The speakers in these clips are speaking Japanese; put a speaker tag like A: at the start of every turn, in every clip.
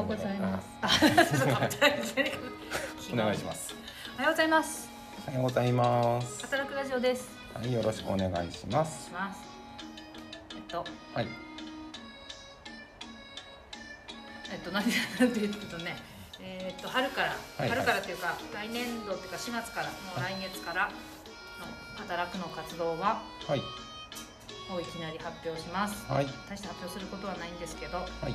A: うございます。
B: す。
A: あ
B: お願いします。
A: おはようございます。
B: おはようございます。
A: 働くラジオです。
B: はい、よろしくお願いしま
A: し
B: す。
A: ます。えっと、
B: はい。
A: えっと、何なんて言うとね。えっと、春から、
B: はい
A: 春からっていうか、来年度っていうか、4月から、もう来月から。の働くの活動は、
B: はい。
A: をいきなり発表します。
B: はい。
A: 大して発表することはないんですけど、
B: はい。
A: え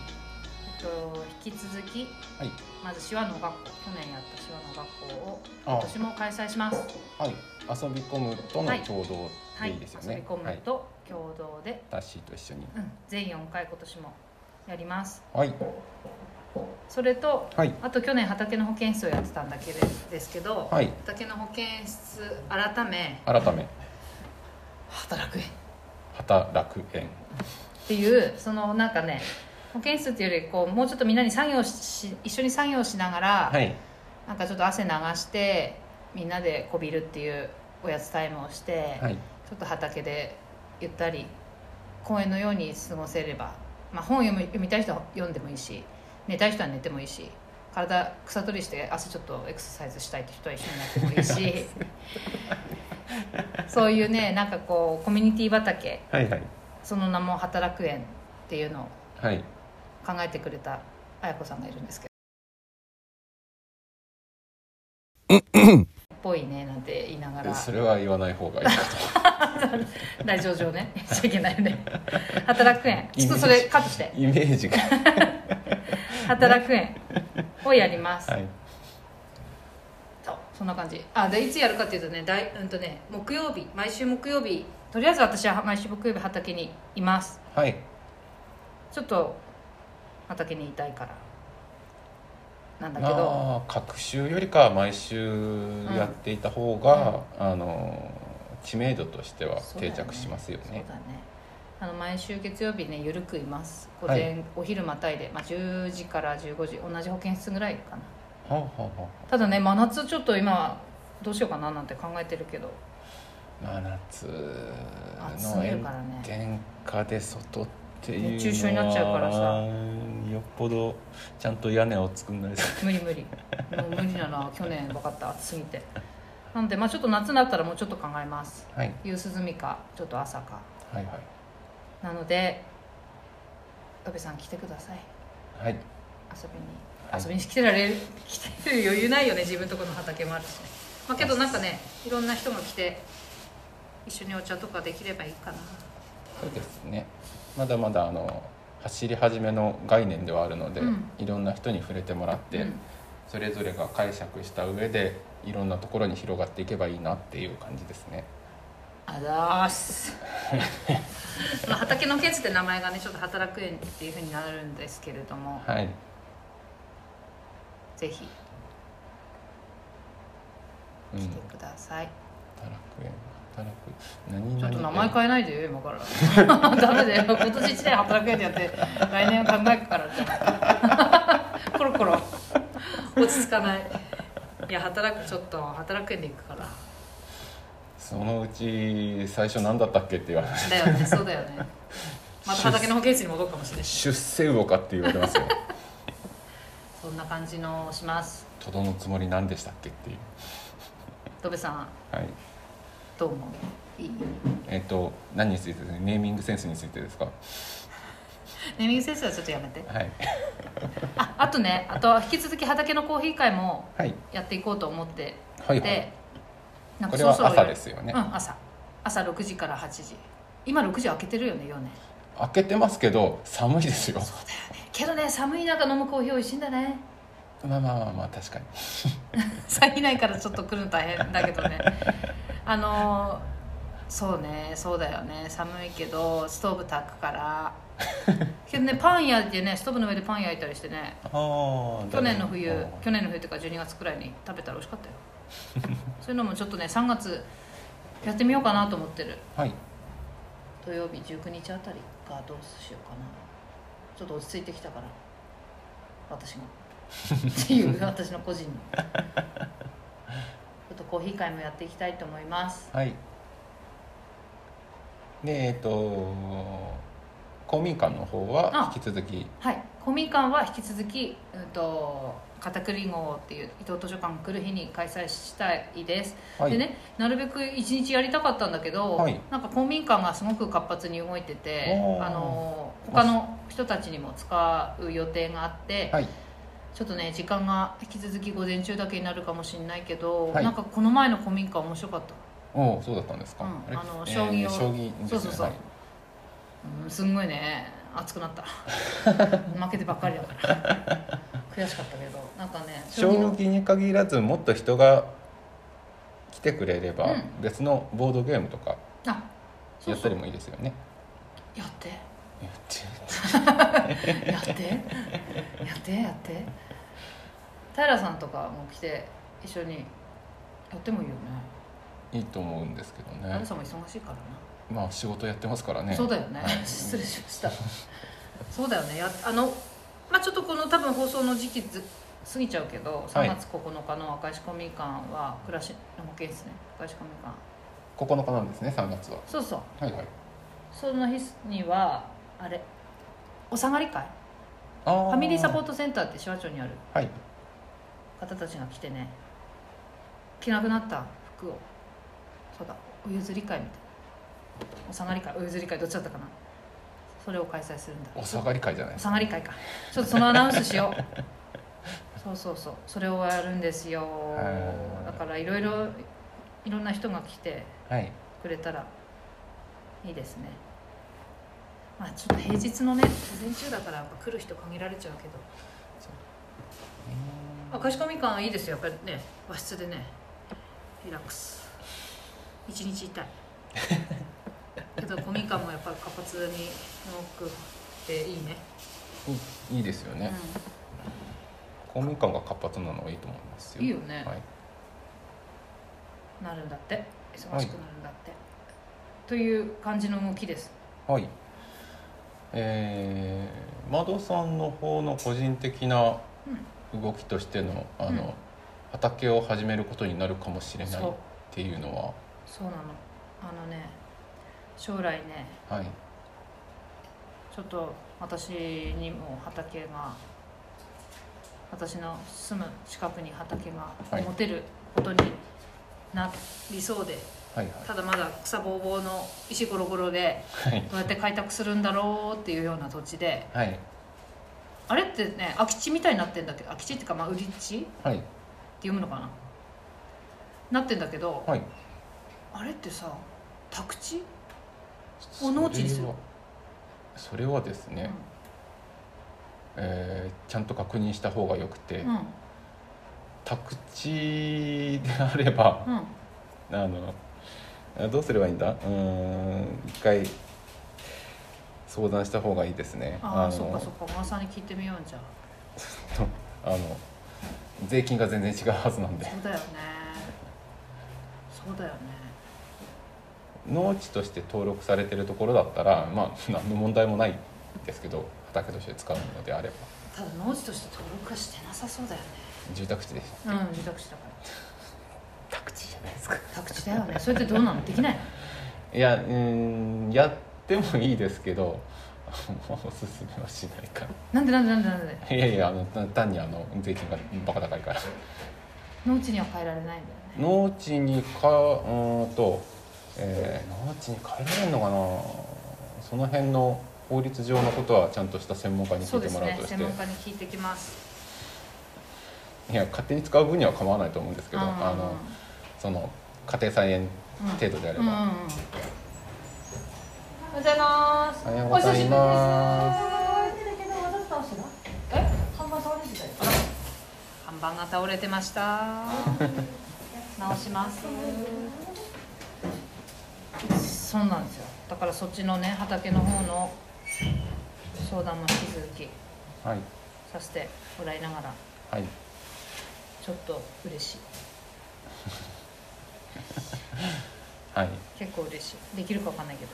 A: っと、引き続き、
B: はい。
A: まず手話の学校、去年やった手話の学校を。
B: あ、
A: 今年も開催します。
B: はい。遊び込むとの共同
A: は
B: でい
A: い、
B: い
A: 遊び
B: ですよね。
A: 込む
B: はい。
A: と共同で、
B: ダッシーと一緒に。
A: うん、全4回今年もやります
B: はい。
A: それと
B: はい。
A: あと去年畑の保健室をやってたんだけれですけど、
B: はい。
A: 畑の保健室改め
B: 改め、
A: 働くっ
B: 働く園。
A: ていうそのなんかね保健室っていうよりこうもうちょっとみんなに作業し一緒に作業しながら、
B: はい。
A: なんかちょっと汗流してみんなでこびるっていうおやつタイムをして、
B: はい。
A: ちょっと畑でゆったり公園のように過ごせれば、まあ、本読み読みたい人は読んでもいいし寝たい人は寝てもいいし体草取りして汗ちょっとエクササイズしたいって人は一緒になってもいいしそういうねなんかこうコミュニティ畑
B: はい。はい。
A: その名も「働く園」っていうのを
B: はい。
A: 考えてくれた綾子さんがいるんですけど。っぽいねなんて言いながら
B: それは言わない方がいいかと。
A: 大上場ねしちゃいけないね働く園ちょっとそれカットして
B: イメー ジが。
A: 働く園をやります、
B: はい。
A: そうそんな感じあでいつやるかっていうとねだい、うんとね木曜日毎週木曜日とりあえず私は毎週木曜日畑にいます
B: はい。
A: ちょっと畑にいたいからなんだけど
B: まあ、各週よりかは毎週やっていた方が、あの知名度としては
A: そう
B: 定
A: だよね
B: 着しますよ
A: そう
B: ね
A: だねあの毎週月曜日ねゆるくいます午
B: はい
A: 前、お昼またいで、まあ、10時から15時同じ保健室ぐらいかな
B: はあはあは
A: ただね真夏ちょっと今どうしようかななんて考えてるけど
B: あまあ夏
A: 暑す
B: の
A: ぎるからね
B: 炎天下で外っていうのは
A: 熱中症になっちゃうからさ
B: よっぽどちゃんと屋根を作ん ないと
A: 無理無理もう無理 なのは去年分かった暑すぎてなんでまあちょっと夏になったらもうちょっと考えます
B: はい
A: 夕涼みかちょっと朝か
B: はいは
A: なので戸部さん来てください
B: いはい
A: 遊びに、
B: はい
A: 遊びに来てられる来てる余裕ないよね自分とこの畑もあるしね、まあ、けどなんかねいろんな人も来て一緒にお茶とかできればいいかな
B: そうですねまだまだあの走り始めの概念ではあるので、
A: うん
B: いろんな人に触れてもらって、
A: うん
B: それぞれが解釈した上でいろんなところに広がっていけばいいなっていう感じですね
A: あざーす まあ畑のケースって名前がねちょっと働く園っていうふうになるんですけれども
B: はい
A: ぜひ
B: うん
A: 来てください、
B: 働く園働く何々
A: ちょっと名
B: 園
A: 前変えないでよ今から ダメだよ今年1年働く園でやって来年考えるからじゃあコロコロ落ち着かないいや働くちょっと働く園で行くから
B: そのうち最初何だったっけって言われます
A: だよねそうだよねまた畑の保健室に戻るかもしれない
B: 出世魚かって言われますよ
A: そんな感じのをします
B: とどのつもり何でしたっけっていう
A: 戸部さん
B: はい
A: どう思ういい
B: えっ、と何についてですかネーミングセンスについてですか
A: ネーミング先生はちょっとやめて
B: はい
A: ああとねあと引き続き畑のコーヒー会も
B: はい
A: やっていこうと思って
B: はい
A: て、
B: はい
A: な
B: こ
A: んか
B: れ
A: そろ
B: は
A: そろ
B: 朝ですよね、
A: うん朝朝6時から8時今6時開けてるよね夜ね
B: 開けてますけど寒いですよ
A: けどね寒い中飲むコーヒー美味しいんだね
B: まあまあまあまあ確かに
A: 3いないからちょっと来るの大変だけど ねあのーそうねそうだよね寒いけどストーブ炊くから けどねパン焼いてねストーブの上でパン焼いたりしてね去年の冬去年の冬というか12月くらいに食べたら美味しかったよ そういうのもちょっとね3月やってみようかなと思ってる
B: はい
A: 土曜日19日あたりがどうしようかなちょっと落ち着いてきたから私がっていう私の個人のちょっとコーヒー会もやっていきたいと思います
B: はいでえっと公民館の方は引き続き
A: はい公民館は引き続き、うん、と片栗号っていう伊東図書館来る日に開催したいです、
B: はい
A: でねなるべく一日やりたかったんだけど、
B: はい
A: なんか公民館がすごく活発に動いてて
B: おー
A: あの他の人たちにも使う予定があって、
B: はい
A: ちょっとね時間が引き続き午前中だけになるかもしれないけど、
B: はい
A: なんかこの前の古民家面白かった、
B: おおそうだったんですか、
A: うん
B: れ
A: あの
B: えー
A: 将棋を
B: 将棋ですね
A: そうそうそう
B: はい
A: うん、すんごいね熱くなった 負けてばっかりだから悔しかったけどなんかね
B: 将
A: の
B: 棋に限らずもっと人が来てくれれば、
A: うん
B: 別のボードゲームとか
A: あそ
B: や
A: う
B: っ
A: そ
B: た
A: う
B: りもいいですよね
A: やって
B: やって
A: やってやってやって平さんとかも来て一緒にやってもいいよね
B: いいと思うんですけどね
A: 平さんも忙しいからな、
B: まあ仕事やってますからね
A: そうだよね、
B: はい
A: 失礼しましたそうだよねやあのまあちょっとこの多分放送の時期ず過ぎちゃうけど3月9日の赤石公民館は暮らしの保健室ね赤石公民館
B: 9日なんですね3月は
A: そうそう
B: はいはい
A: その日にはあれお下がり会
B: あ
A: フ
B: フ
A: ァミリーサポー
B: ト
A: トセンターって手話町にある
B: はい
A: 方たちが来てね着なくなった服をそうだお譲り会みたいなお下がり会お譲り会どっちだったかなそれを開催するんだ
B: お下がり会じゃない
A: お
B: です
A: 下がり会かちょっとそのアナウンスしよう そうそうそうそれをやるんですよ
B: はい
A: だからいろいろいろんな人が来て
B: かはい
A: くれたらいいですねまあちょっと平日のね午前中だからやっぱ来る人限られちゃうけどあ貸し込み感いいですよやっぱりね和室でねリラックス一日いたい けど古民家もやっぱり活発に動くっていいね、
B: いいいいですよね、公民館が活発なのはいいと思いますよ
A: いいよね
B: はい、
A: うん、なるんだって忙しくなるんだって、という感じの動きです
B: はい、えー、窓さんの方の個人的な動きとしての、あの、
A: うん
B: 畑を始めることになるかもしれない
A: そう
B: っていうのは
A: そうなのあのね将来ね
B: はい
A: ちょっと私にも畑が私の住む近くに畑
B: は
A: が
B: い
A: 持てることになりそうで、
B: はい
A: ただまだ草ぼうぼうの石ゴロゴロで
B: はい
A: どうやって開拓するんだろうっていうような土地で
B: はいはい
A: あれってね空き地みたいになってんだけど空き地っていうかまあ売り地って
B: はい
A: 読むのかななってんだけど、
B: はい
A: あれってさ宅地、お農地にす
B: そ
A: る
B: れはそれはですね、えーちゃんと確認した方がよくて、
A: うん
B: 宅地であれば
A: うん
B: あのあどうすればいいんだうーん一回相談した方がいいですね
A: ああ
B: の
A: そっかそっか小川さんに聞いてみようじゃあ
B: あの税金が全然違うはずなん で
A: そうだよねそうだよね
B: 農地として登録されてるところだったらまあ何の問題もないですけど畑として使うのであれば
A: ただ農地として登録はしてなさそうだよね
B: 住宅地で
A: うん自宅地だから
B: 宅地じゃないですか
A: 宅地だよねそれってどうなのできないの
B: いやうーんやってもいいですけど あのおすすめはしないか
A: なんでなんでなんでなんで
B: らいやいやあの単にあの税金がバカ高いから
A: 農地には変えられないんだよね
B: 農地にかうーんと、えー農地に変えられるのかなその辺の法律上のことはちゃんとした専門家に
A: そ
B: 聞
A: う
B: い
A: で
B: て
A: す
B: もら
A: ね
B: うとして、
A: 専門家に聞いてきます
B: いや勝手に使う分には構わないと思うんですけど、あのその家庭菜園程度であれば、
A: うんうんうんおはようございます
B: おはようございます
A: え看板倒れてたよ看板が倒れてました直しますそうなんですよだからそっちのね畑の方の相談も引き続き
B: はい
A: させてもらいながら
B: はい
A: ちょっと嬉しい
B: はい
A: 結構嬉しいできるかわかんないけど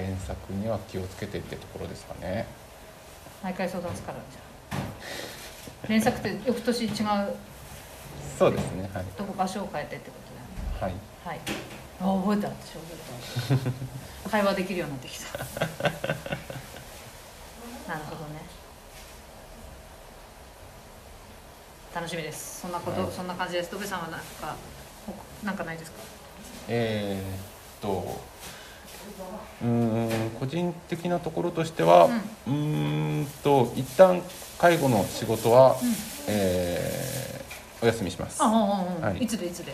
B: 連作には気をつけてってところですかね
A: 毎回相談すからじゃあ連作って翌年違う
B: そうですねはい
A: どこ場所を変えてってことだよね
B: はい
A: はいあ覚えた私覚えた会話できるようになってきたなるほどね楽しみですそんなこと、
B: はい
A: そんな感じです土部さんはなんかほなんかないですか
B: えーっとうーん個人的なところとしては、うーんと一旦介護の仕事は、
A: うん
B: えーお休みします
A: あうんうんうん、、
B: はいい
A: つでいつで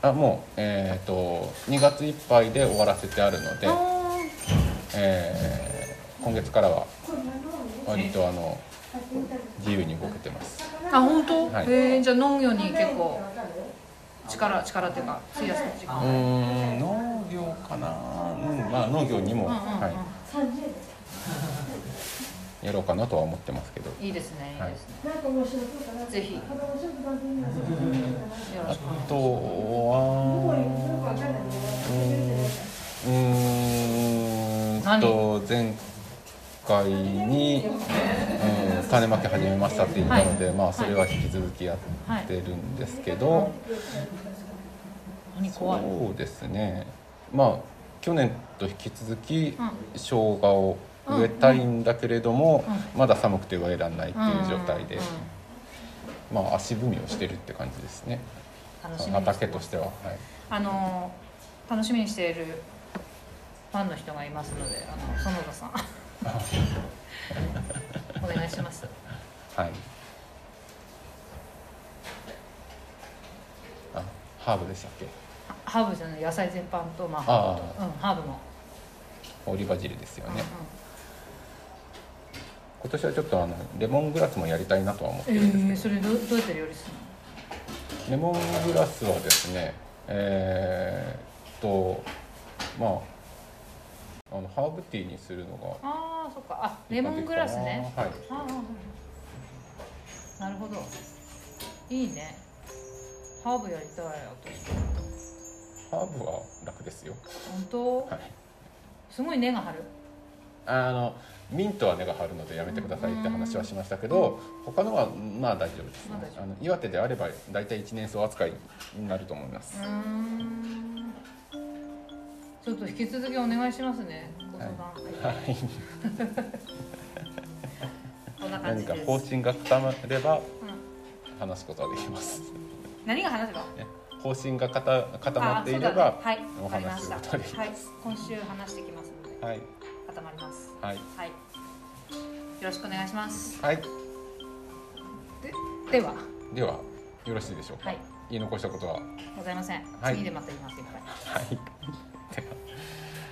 B: あもう、えー、と2月いっぱいで終わらせてあるので
A: あ、ー
B: えー今月からは割とあの自由に動けてます
A: あ本当、
B: はい
A: えーじゃあ農業に結構力力っていうか費やす時間
B: うーん農業かな、うんまあ、農業にも、
A: うんうんうん
B: は
C: 30で
B: い、やろうかなとは思ってますけど
A: いいですねいいですね、
C: す。なんか面白そうかな。
A: ぜひよ
C: 幅面白く番組になってる
A: ろ
B: あ
A: しくお願いし
B: と
A: ま
C: どこに行くのか
B: は
C: わかんないの
B: うーんと前回に、うん、種まき始めましたって言ったので、まあそれは引き続きやってるんですけど、
A: す何怖いうん
B: そうですねまあ去年と引き続き
A: うん
B: 生姜を植えたいんだけれども、
A: う
B: まだ寒くて植えられないっていう状態で、
A: うん
B: まあ足踏みをしてるって感じですね
A: 楽しみにして
B: 畑としては、はい、
A: あの楽しみにしているファンの人がいますのであの園田 さんお願いします
B: はい。あ、ハーブでしたっけ？
A: ハーブじゃない野菜全般とまあハーブとうん、ハーブも、
B: オリバジルですよ
A: うんうん
B: ね。今年はちょっとあのレモングラスもやりたいなとは思ってるん
A: えー、
B: です
A: そ
B: けど、
A: れどうどうやって料理するの
B: レモングラスはですね、えー、っとまああのハーブティーにするの
A: ああそっかあ
B: が
A: レモングラス
B: 一般
A: ね
B: 的かな。はい。
A: あああなるほどいいねハーブやりたい
B: ハーブは楽ですよ。
A: 私本当
B: はい。
A: すごい根が張る
B: あのミントは根が張るのでやめてくださいって話はしましたけど、他のはまあ大丈夫です、ね
A: まあ大丈夫
B: あの岩手であれば大体一年草扱いになると思いま
A: う
B: す、
A: ーんちょっと引き続きお願いしますねご相談、
B: はい、
A: こんな感
B: 何
A: じ
B: か
A: です
B: 方針が固まれば
A: うん
B: 話すことはでき ます
A: 何が話せば
B: ね方針が固固まっていれ
A: あ
B: ば、
A: そうだねはい
B: お
A: わかりま
B: 話し
A: し
B: す
A: た
B: る
A: は
B: ことはでき
A: い
B: ます
A: 今週話してきますので
B: はい
A: 固まります
B: はい
A: はいよろしくお願いします
B: はい
A: では
B: ではよろしいでしょうか、
A: はい
B: 言い残したことは
A: ございません、
B: はい
A: 次でまた言いますいっぱ
B: は
A: い
B: い。では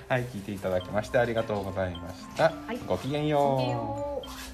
B: はい、聞いていただきましてありがとうございました。
A: い
B: ごきげん
A: ごきげん
B: よう。
A: よう